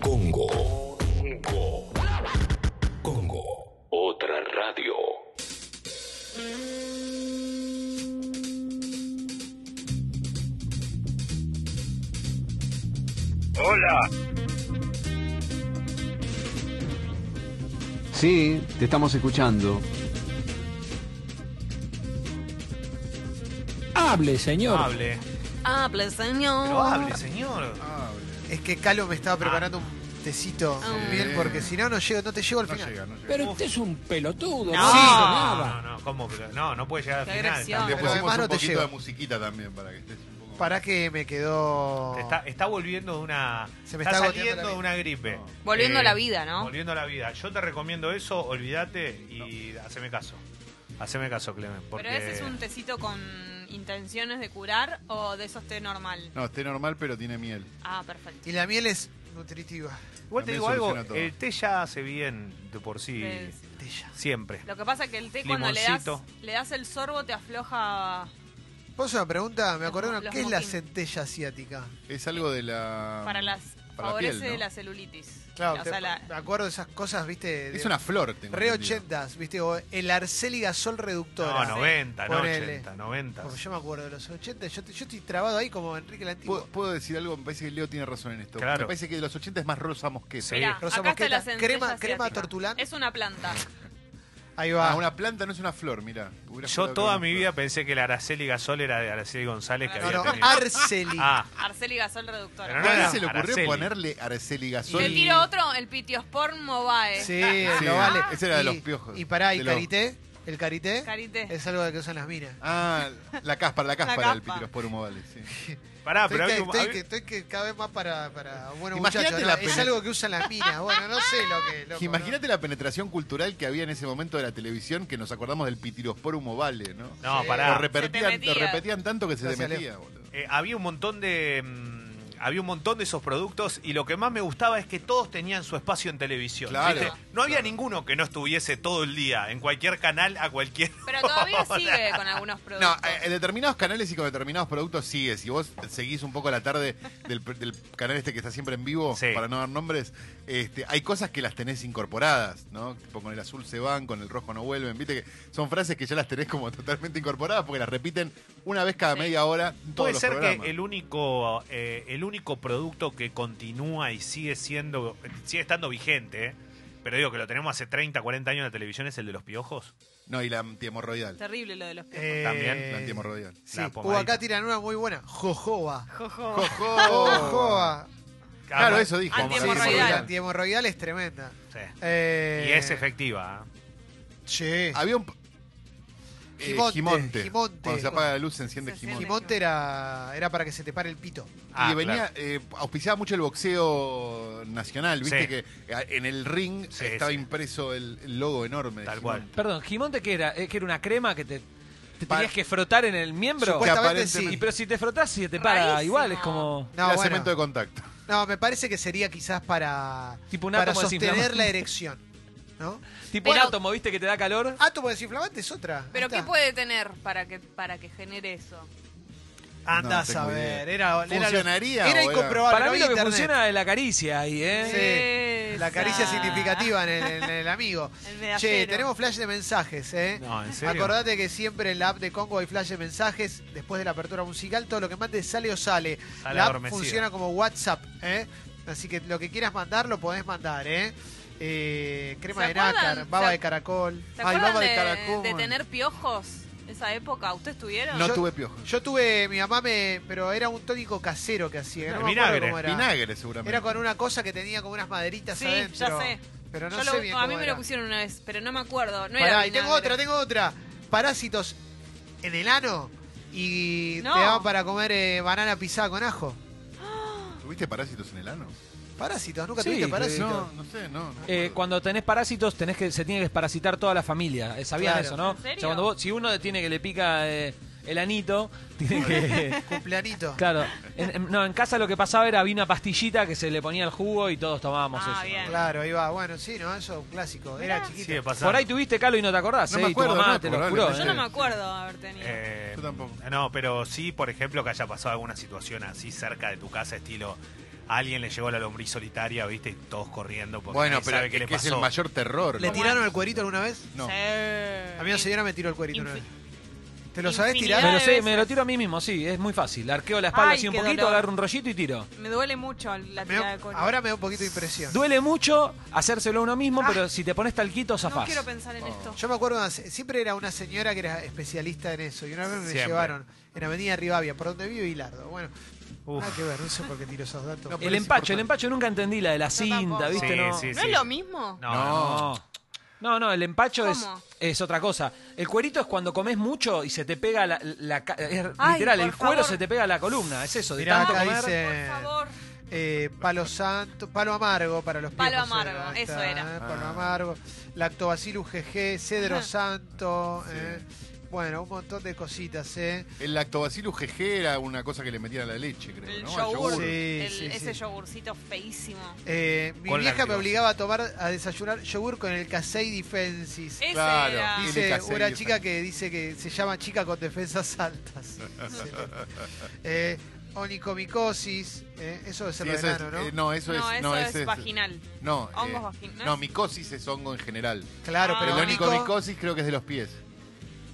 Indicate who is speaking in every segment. Speaker 1: Congo. Congo. Congo. Otra radio.
Speaker 2: Hola,
Speaker 3: Sí, te estamos escuchando.
Speaker 4: Hable, señor.
Speaker 5: Hable.
Speaker 6: Hable, Ah, pues, señor.
Speaker 5: Ah,
Speaker 6: Ah,
Speaker 5: Pero hable, señor.
Speaker 7: Ah,
Speaker 5: Ah,
Speaker 7: Es que Calo me estaba preparando un tecito
Speaker 6: Ah.
Speaker 7: con miel porque si no no llego, no te llego al
Speaker 8: No
Speaker 7: final.
Speaker 8: llega, no llega.
Speaker 4: Pero usted es un pelotudo, no,
Speaker 6: No.
Speaker 4: hizo
Speaker 5: No,
Speaker 4: nada.
Speaker 5: no, ¿cómo? Pero No, no puede llegar al
Speaker 6: Qué
Speaker 5: final.
Speaker 6: agresión.
Speaker 5: tampoco.
Speaker 7: Pero
Speaker 8: Después
Speaker 7: además
Speaker 8: hacemos
Speaker 7: no
Speaker 8: un
Speaker 7: te
Speaker 8: poquito
Speaker 7: lleva.
Speaker 8: de musiquita también para que estés un poco más-
Speaker 7: Para que me quedó.
Speaker 5: Te está, está volviendo de una.
Speaker 7: Se me
Speaker 5: está
Speaker 7: está agoteando
Speaker 5: saliendo
Speaker 7: la
Speaker 5: de
Speaker 7: vida.
Speaker 5: una gripe. Eh,
Speaker 8: No.
Speaker 6: Volviendo a la vida, ¿no?
Speaker 5: Volviendo a la vida. Yo te recomiendo eso, olvídate y haceme caso. Haceme caso, Clemen. Porque...
Speaker 6: Pero ese es un tecito con intenciones de curar o de esos té normal.
Speaker 8: No, esté normal, pero tiene miel.
Speaker 6: Ah, perfecto.
Speaker 7: Y la miel es nutritiva.
Speaker 5: Igual te
Speaker 8: También
Speaker 5: digo algo,
Speaker 8: soluciona todo.
Speaker 5: el té ya hace bien de por sí.
Speaker 6: Es-
Speaker 7: Tella.
Speaker 5: Siempre.
Speaker 6: Lo que pasa es que el té cuando le das,
Speaker 5: Limoncito.
Speaker 6: le das el sorbo te afloja
Speaker 7: Vos una pregunta, me
Speaker 6: Los
Speaker 7: acordé
Speaker 6: mo-
Speaker 7: una.
Speaker 6: los
Speaker 7: ¿Qué es la
Speaker 6: moquín.
Speaker 7: centella asiática?
Speaker 8: Es algo de la.
Speaker 6: para las
Speaker 8: para la
Speaker 6: favorece
Speaker 8: piel, ¿no?
Speaker 6: la celulitis.
Speaker 7: Claro,
Speaker 6: O
Speaker 7: te-
Speaker 6: sea, la-
Speaker 7: me acuerdo de esas cosas, viste.
Speaker 8: Es
Speaker 7: de-
Speaker 8: una flor, tengo
Speaker 7: Re
Speaker 8: entendido.
Speaker 7: ochentas, viste, o el arcéliga sol
Speaker 5: No,
Speaker 7: reductora.
Speaker 5: 90, no
Speaker 7: Ponele.
Speaker 5: 80, 90.
Speaker 7: Porque yo me acuerdo de los 80, yo, te- yo estoy trabado ahí como Enrique el Antiguo.
Speaker 8: ¿Puedo, puedo decir algo? Me parece que Leo tiene razón en esto.
Speaker 5: Claro.
Speaker 8: Me parece que de los 80 es más rosa mosqueta.
Speaker 5: Sí.
Speaker 6: Mirá,
Speaker 7: Rosa
Speaker 6: acá está
Speaker 7: Mosqueta,
Speaker 6: la centella
Speaker 7: crema- crema
Speaker 6: asiática.
Speaker 7: tortulán.
Speaker 6: Es una planta.
Speaker 7: Ahí va.
Speaker 8: Ah, una planta no es una flor, mira.
Speaker 5: Yo toda mi vida pensé que la Araceli Gasol era de Araceli González que
Speaker 7: No,
Speaker 5: había
Speaker 7: Ah, no,
Speaker 5: tenido.
Speaker 7: arcéliga.
Speaker 5: Ah,
Speaker 6: Arcéliga sol reductora.
Speaker 5: Pero
Speaker 8: ¿A
Speaker 5: no
Speaker 8: nadie
Speaker 5: era
Speaker 8: se le ocurrió
Speaker 5: Araceli.
Speaker 8: ponerle Araceli Gasol?
Speaker 6: Te tiro otro, el pitiosporn movae.
Speaker 7: Sí,
Speaker 8: Sí,
Speaker 7: lo vale.
Speaker 8: ese era de
Speaker 7: Y-
Speaker 8: los piojos.
Speaker 7: Y pará, y
Speaker 8: De los-
Speaker 7: carité, el carité,
Speaker 6: Carité.
Speaker 7: es algo de que usan las minas.
Speaker 8: Ah, la cáspara, la cáspara del
Speaker 6: caspa.
Speaker 8: Pitirosporum ovale, sí.
Speaker 5: pará,
Speaker 7: estoy,
Speaker 5: Ah, pero
Speaker 7: que,
Speaker 5: había un-
Speaker 7: estoy,
Speaker 5: había-
Speaker 7: que, estoy que cada vez más para, para bueno
Speaker 8: Imagínate
Speaker 7: muchachos.
Speaker 8: la
Speaker 7: ¿no? Es
Speaker 8: pena-
Speaker 7: algo que usan las minas. Bueno, no sé lo que. loco,
Speaker 8: Imagínate la penetración cultural que había en ese momento de la televisión que nos acordamos del Pitirosporum ovale, ¿no?
Speaker 5: No,
Speaker 8: Lo
Speaker 5: pará.
Speaker 6: Se
Speaker 8: repetían,
Speaker 6: te metía.
Speaker 8: lo repetían tanto que se te
Speaker 7: Gracias,
Speaker 8: metía, boludo.
Speaker 5: Eh, había un montón de mm, había un montón de esos productos y lo que más me gustaba es que todos tenían su espacio en televisión.
Speaker 8: Claro,
Speaker 5: ¿viste? No había ninguno que no estuviese todo el día en cualquier canal a cualquier.
Speaker 6: Pero todavía
Speaker 5: hora.
Speaker 6: sigue con algunos
Speaker 8: No,
Speaker 6: productos.
Speaker 8: eh, en determinados canales y con determinados productos sigue. Si vos seguís un poco la tarde del, del canal este que está siempre en vivo,
Speaker 5: Sí.
Speaker 8: para no dar nombres, este, hay cosas que las tenés incorporadas, ¿no? Tipo, con el azul se van, con el rojo no vuelven. Viste que son frases que ya las tenés como totalmente incorporadas porque las repiten una vez cada
Speaker 6: Sí.
Speaker 8: media hora en todos
Speaker 5: Puede
Speaker 8: los
Speaker 5: ser
Speaker 8: programas.
Speaker 5: que el único eh, el único producto que continúa y sigue siendo sigue estando vigente, eh, pero digo que lo tenemos hace 30, 40 años en la televisión es el de los piojos.
Speaker 8: No, y la antihemorroidal.
Speaker 6: Terrible lo de los piojos.
Speaker 7: Eh,
Speaker 5: También
Speaker 8: La antihemorroidal.
Speaker 7: Sí.
Speaker 5: La
Speaker 7: O
Speaker 5: pomadita.
Speaker 7: Uh, acá tiran una muy buena. Jojoba.
Speaker 6: Jojo.
Speaker 8: ¡Jojo!
Speaker 7: Jojoba.
Speaker 5: Ah,
Speaker 8: Claro, eso dijo.
Speaker 6: Antihemorroidal.
Speaker 7: La antihemorroidal es tremenda.
Speaker 5: Sí.
Speaker 7: Eh,
Speaker 5: Y es efectiva. ¿eh?
Speaker 7: Che.
Speaker 8: Había un... eh,
Speaker 7: Gimonte,
Speaker 8: Gimonte.
Speaker 7: Gimonte.
Speaker 8: Cuando se apaga la luz se enciende
Speaker 6: Se
Speaker 8: Gimonte.
Speaker 7: Gimonte era, era para que se te pare el pito.
Speaker 5: Ah,
Speaker 8: y venía,
Speaker 5: claro.
Speaker 8: eh, auspiciaba mucho el boxeo nacional, viste
Speaker 5: Sí.
Speaker 8: que eh, en el ring
Speaker 5: Sí,
Speaker 8: estaba
Speaker 5: sí.
Speaker 8: impreso el, el logo enorme. de
Speaker 5: Tal
Speaker 8: Simón.
Speaker 5: cual.
Speaker 9: Perdón, Gimonte qué era? ¿Es eh, que era una crema que te, te
Speaker 8: Pa-
Speaker 9: tenías que frotar en el miembro?
Speaker 8: Que
Speaker 7: Supuestamente
Speaker 8: aparentemente-
Speaker 9: Y
Speaker 7: sí.
Speaker 9: pero si te frotás y te para
Speaker 6: Rarísimo.
Speaker 9: igual, es como
Speaker 7: No,
Speaker 8: Era
Speaker 7: bueno.
Speaker 8: cemento de contacto.
Speaker 7: No, me parece que sería quizás para,
Speaker 9: Tipo un
Speaker 7: para
Speaker 9: átomo
Speaker 7: sostener
Speaker 9: desinflamante.
Speaker 7: la erección. ¿No?
Speaker 9: tipo
Speaker 6: Pero-
Speaker 9: un átomo, ¿viste que te da calor?
Speaker 7: Átomo desinflamante es otra.
Speaker 6: Pero
Speaker 7: Ahí está.
Speaker 6: ¿qué puede tener para que para que genere eso?
Speaker 8: No,
Speaker 7: Andás
Speaker 8: tengo
Speaker 7: a
Speaker 8: idea.
Speaker 7: ver. Era, era-
Speaker 8: ¿Funcionaría
Speaker 7: Era,
Speaker 8: o era-
Speaker 7: incomprobable.
Speaker 9: Para
Speaker 7: no
Speaker 9: mí
Speaker 7: había
Speaker 9: lo que
Speaker 7: internet.
Speaker 9: funciona es la caricia ahí, ¿eh?
Speaker 7: Sí. La caricia
Speaker 6: Esa.
Speaker 7: significativa en el, en el amigo.
Speaker 6: El
Speaker 7: Che,
Speaker 6: medallero.
Speaker 7: tenemos flash de mensajes, ¿eh?
Speaker 5: No, ¿en serio?
Speaker 7: Acordate que siempre en la app de Congo hay flash de mensajes. Después de la apertura musical, todo lo que mandes sale o sale.
Speaker 5: Sale
Speaker 7: la app
Speaker 5: adormecida.
Speaker 7: funciona como WhatsApp, ¿eh? Así que lo que quieras mandar, lo podés mandar, ¿eh? Eh, crema
Speaker 6: ¿Se
Speaker 7: de
Speaker 6: acuerdan?
Speaker 7: nácar, baba
Speaker 6: ¿Se-
Speaker 7: de caracol.
Speaker 6: ¿Se
Speaker 7: Ay,
Speaker 6: acuerdan
Speaker 7: baba de,
Speaker 6: de,
Speaker 7: caracol.
Speaker 6: de tener piojos? Esa época, ¿ustedes tuvieron?
Speaker 8: No
Speaker 7: Yo-
Speaker 8: tuve piojos.
Speaker 7: Yo tuve, mi mamá me. Pero era un tónico casero que hacía. que No me acuerdo
Speaker 5: Vinagre,
Speaker 7: cómo era.
Speaker 8: Vinagre, seguramente.
Speaker 7: Era con una cosa que tenía como unas maderitas
Speaker 6: Sí,
Speaker 7: adentro.
Speaker 6: ya sé.
Speaker 7: Pero no
Speaker 6: Yo
Speaker 7: sé
Speaker 6: lo-
Speaker 7: bien
Speaker 6: a mí
Speaker 7: cómo
Speaker 6: me
Speaker 7: era.
Speaker 6: lo pusieron una vez, pero no me acuerdo. No
Speaker 7: Pará,
Speaker 6: era
Speaker 7: y tengo
Speaker 6: vinagre.
Speaker 7: otra, tengo otra. Parásitos en el ano y
Speaker 6: No.
Speaker 7: te daban para comer eh, banana pisada con ajo.
Speaker 8: ¿Tuviste parásitos en el ano?
Speaker 7: Parásitos, nunca
Speaker 9: Sí,
Speaker 7: tuviste
Speaker 9: eh,
Speaker 7: parásitos.
Speaker 8: No, no sé, no. no
Speaker 9: Eh,
Speaker 8: recuerdo.
Speaker 9: cuando tenés parásitos, tenés que se tiene que desparasitar toda la familia. Eh, Sabían
Speaker 7: Claro.
Speaker 9: eso, ¿no?
Speaker 6: ¿En serio?
Speaker 9: O sea, cuando vos- si uno tiene que le pica eh, el anito, tiene que.
Speaker 7: Cumpleanito.
Speaker 9: Claro. En- en- no, en casa lo que pasaba era había una pastillita que se le ponía al jugo y todos tomábamos
Speaker 6: Ah,
Speaker 9: eso.
Speaker 6: bien.
Speaker 7: Claro, ahí va. Bueno, sí, ¿no? Eso es un clásico. Era
Speaker 6: Mirá.
Speaker 7: chiquito.
Speaker 5: Sigue pasando. Eh,
Speaker 9: Por ahí tuviste calo y no te acordás,
Speaker 8: No
Speaker 9: ¿eh?
Speaker 8: me
Speaker 9: Y tu
Speaker 8: acuerdo,
Speaker 9: mamá
Speaker 8: no,
Speaker 9: te lo
Speaker 8: probablemente.
Speaker 9: juró.
Speaker 6: Yo
Speaker 9: ¿eh?
Speaker 6: no me acuerdo haber tenido.
Speaker 5: Eh,
Speaker 8: Yo tampoco.
Speaker 5: No, pero sí, por ejemplo, que haya pasado alguna situación así cerca de tu casa, estilo a alguien le llegó la lombriz solitaria, ¿viste? Y todos corriendo porque
Speaker 8: Bueno,
Speaker 5: nadie
Speaker 8: pero
Speaker 5: sabe qué
Speaker 8: es,
Speaker 5: le
Speaker 8: que es
Speaker 5: pasó.
Speaker 8: el mayor terror.
Speaker 7: ¿Le
Speaker 8: ¿no?
Speaker 7: tiraron el cuerito alguna vez?
Speaker 8: No.
Speaker 7: A mí la señora me tiró el cuerito una
Speaker 6: Infi-
Speaker 7: vez. ¿Te lo sabés
Speaker 6: infinidad
Speaker 9: Me
Speaker 7: tirar?
Speaker 9: lo,
Speaker 6: de
Speaker 9: sé,
Speaker 6: veces.
Speaker 9: me lo tiro a mí mismo, sí, es muy fácil. Arqueo la espalda
Speaker 6: Ay,
Speaker 9: así un
Speaker 6: qué
Speaker 9: poquito,
Speaker 6: dolor.
Speaker 9: agarro un rollito y tiro.
Speaker 6: Me duele mucho la
Speaker 7: Me-
Speaker 6: tirada de cola.
Speaker 7: ahora me da un poquito de impresión.
Speaker 9: Duele mucho hacérselo a uno mismo,
Speaker 7: Ah.
Speaker 9: pero si te pones talquito, zafás.
Speaker 6: no quiero pensar en esto.
Speaker 7: Yo me acuerdo, una se- siempre era una señora que era especialista en eso. Y una vez me
Speaker 5: Siempre.
Speaker 7: llevaron en Avenida Rivadavia, por donde vive Hilardo. Bueno,
Speaker 5: Uf.
Speaker 7: nada que ver, no sé por qué tiro esos datos. em-,
Speaker 8: No,
Speaker 9: el
Speaker 8: pero es
Speaker 9: empacho, el
Speaker 8: importante.
Speaker 9: empacho nunca entendí la de la cinta,
Speaker 6: tampoco.
Speaker 9: ¿viste?
Speaker 5: Sí,
Speaker 9: no.
Speaker 5: sí,
Speaker 6: ¿No es lo mismo?
Speaker 5: No,
Speaker 8: No.
Speaker 9: No. No, no, el empacho es,
Speaker 6: ¿Cómo?
Speaker 9: es otra cosa. El cuerito es cuando comes mucho y se te pega la... la ca- es
Speaker 6: Ay,
Speaker 9: literal,
Speaker 6: por
Speaker 9: el cuero
Speaker 6: favor.
Speaker 9: se te pega a la columna, es eso. De
Speaker 7: Mirá,
Speaker 9: tanto
Speaker 7: acá
Speaker 9: comer,
Speaker 7: dice-
Speaker 6: Por favor.
Speaker 7: Eh, palo santo, palo amargo para los
Speaker 6: Palo
Speaker 7: viejos
Speaker 6: amargo,
Speaker 7: ahí
Speaker 6: eso
Speaker 7: está,
Speaker 6: era.
Speaker 7: ¿eh? Palo
Speaker 8: Ah.
Speaker 7: amargo, lactobacillus GG, cedro
Speaker 6: Ajá.
Speaker 7: santo,
Speaker 8: Sí.
Speaker 7: ¿eh? bueno, un montón de cositas, ¿eh?
Speaker 8: El lactobacillus GG era una cosa que le metían a la leche, creo.
Speaker 6: El
Speaker 8: ¿no? Al
Speaker 6: yogur.
Speaker 7: Sí,
Speaker 6: el-
Speaker 7: sí,
Speaker 6: ese
Speaker 7: sí.
Speaker 6: yogurcito feísimo.
Speaker 7: Eh, mi
Speaker 5: Con
Speaker 7: vieja me
Speaker 5: lácteos.
Speaker 7: obligaba a tomar, a desayunar yogur con el Casey Defensis.
Speaker 6: Ese
Speaker 8: Claro.
Speaker 6: era.
Speaker 8: Y-
Speaker 7: Dice
Speaker 8: LKC
Speaker 7: una
Speaker 8: y
Speaker 7: chica
Speaker 8: esa-
Speaker 7: que dice que se llama chica con defensas altas. Excelente. eh, onicomicosis, eh, eso de
Speaker 8: Sí,
Speaker 7: ser
Speaker 8: eso es-
Speaker 7: ¿no?
Speaker 8: eh, no, eso
Speaker 6: No,
Speaker 8: es.
Speaker 6: eso
Speaker 8: no,
Speaker 6: es
Speaker 8: ese es-
Speaker 6: vaginal.
Speaker 8: No,
Speaker 6: Hongos
Speaker 8: eh,
Speaker 6: vaginales.
Speaker 8: no, micosis es hongo en general.
Speaker 7: claro,
Speaker 6: Ah.
Speaker 8: Pero
Speaker 7: pero
Speaker 8: la
Speaker 7: onico-
Speaker 8: onicomicosis creo que es de los pies.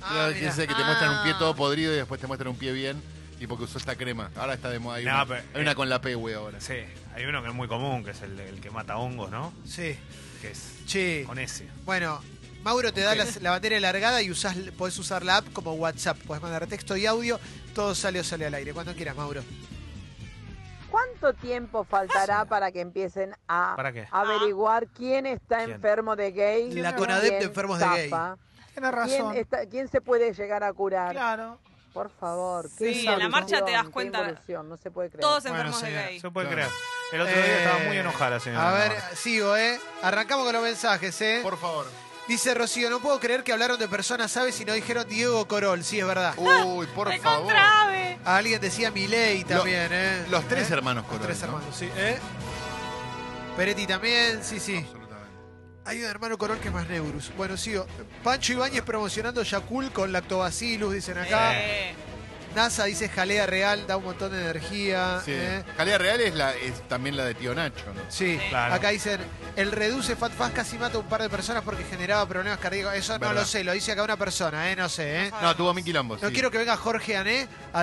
Speaker 7: Ah,
Speaker 8: Claro, que
Speaker 7: mirá.
Speaker 8: es el que te
Speaker 6: Ah.
Speaker 8: muestran un pie todo podrido y después te muestran un pie bien. Y porque usó esta crema. Ahora está de moda. Hay,
Speaker 5: No,
Speaker 8: una,
Speaker 5: pero,
Speaker 8: hay
Speaker 5: eh,
Speaker 8: una con la P, güey, ahora.
Speaker 5: Sí, hay uno que es muy común, que es el, el que mata hongos, ¿no?
Speaker 7: Sí,
Speaker 5: Que es
Speaker 7: che.
Speaker 5: con ese.
Speaker 7: Bueno, Mauro te da la, la batería largada y usás, podés usar la app como WhatsApp. Podés mandar texto y audio, todo sale o sale al aire. Cuando quieras, Mauro.
Speaker 2: ¿Cuánto tiempo faltará para que empiecen a
Speaker 5: ¿Para qué?
Speaker 2: averiguar quién está
Speaker 5: ¿Quién?
Speaker 2: enfermo de gay?
Speaker 7: La CONADEP de
Speaker 2: quién
Speaker 7: enfermos de gay.
Speaker 2: zapa,
Speaker 10: Tienes
Speaker 2: ¿Quién,
Speaker 10: razón.
Speaker 2: está- quién se puede llegar a curar?
Speaker 10: Claro.
Speaker 2: Por favor.
Speaker 6: Sí,
Speaker 2: qué
Speaker 6: en la
Speaker 2: evolución,
Speaker 6: marcha te das
Speaker 2: qué
Speaker 6: cuenta.
Speaker 2: evolución, No se puede creer.
Speaker 6: Todos
Speaker 7: Bueno,
Speaker 6: enfermos
Speaker 7: señora,
Speaker 6: de gay.
Speaker 5: Se puede
Speaker 8: Claro.
Speaker 5: creer. El otro día
Speaker 7: Eh,
Speaker 5: estaba muy enojada la señora.
Speaker 7: A ver,
Speaker 5: Navarro.
Speaker 7: sigo, ¿eh? Arrancamos con los mensajes, ¿eh?
Speaker 8: Por favor.
Speaker 7: Dice Rocío, no puedo creer que hablaron de personas ¿sabes? y no dijeron Diego Corol. Sí, es verdad.
Speaker 8: Uy, por favor.
Speaker 6: ¡Recontrave!
Speaker 7: Alguien decía Milei también, ¿eh?
Speaker 8: Los tres
Speaker 7: ¿Eh?
Speaker 8: hermanos
Speaker 7: Los
Speaker 8: Corona.
Speaker 7: tres hermanos, sí. ¿eh? Peretti también, sí, sí.
Speaker 8: Absolutamente.
Speaker 7: Hay un hermano Corol que es más Neurus. Bueno, sigo. Pancho Ibáñez promocionando Yakul con Lactobacillus, dicen acá.
Speaker 6: Eh,
Speaker 7: NASA dice jalea real, da un montón de energía.
Speaker 8: Sí.
Speaker 7: ¿eh?
Speaker 8: Jalea Real es, la, es también la de Tío Nacho, ¿no?
Speaker 7: Sí,
Speaker 5: Claro.
Speaker 7: acá dicen, el reduce Fat Fast casi mata a un par de personas porque generaba problemas cardíacos. Eso no
Speaker 8: Verdad.
Speaker 7: lo sé, lo dice acá una persona, ¿eh? no sé. ¿eh?
Speaker 8: No, tuvo mil quilombos.
Speaker 7: No
Speaker 8: sí.
Speaker 7: quiero que venga Jorge Ané a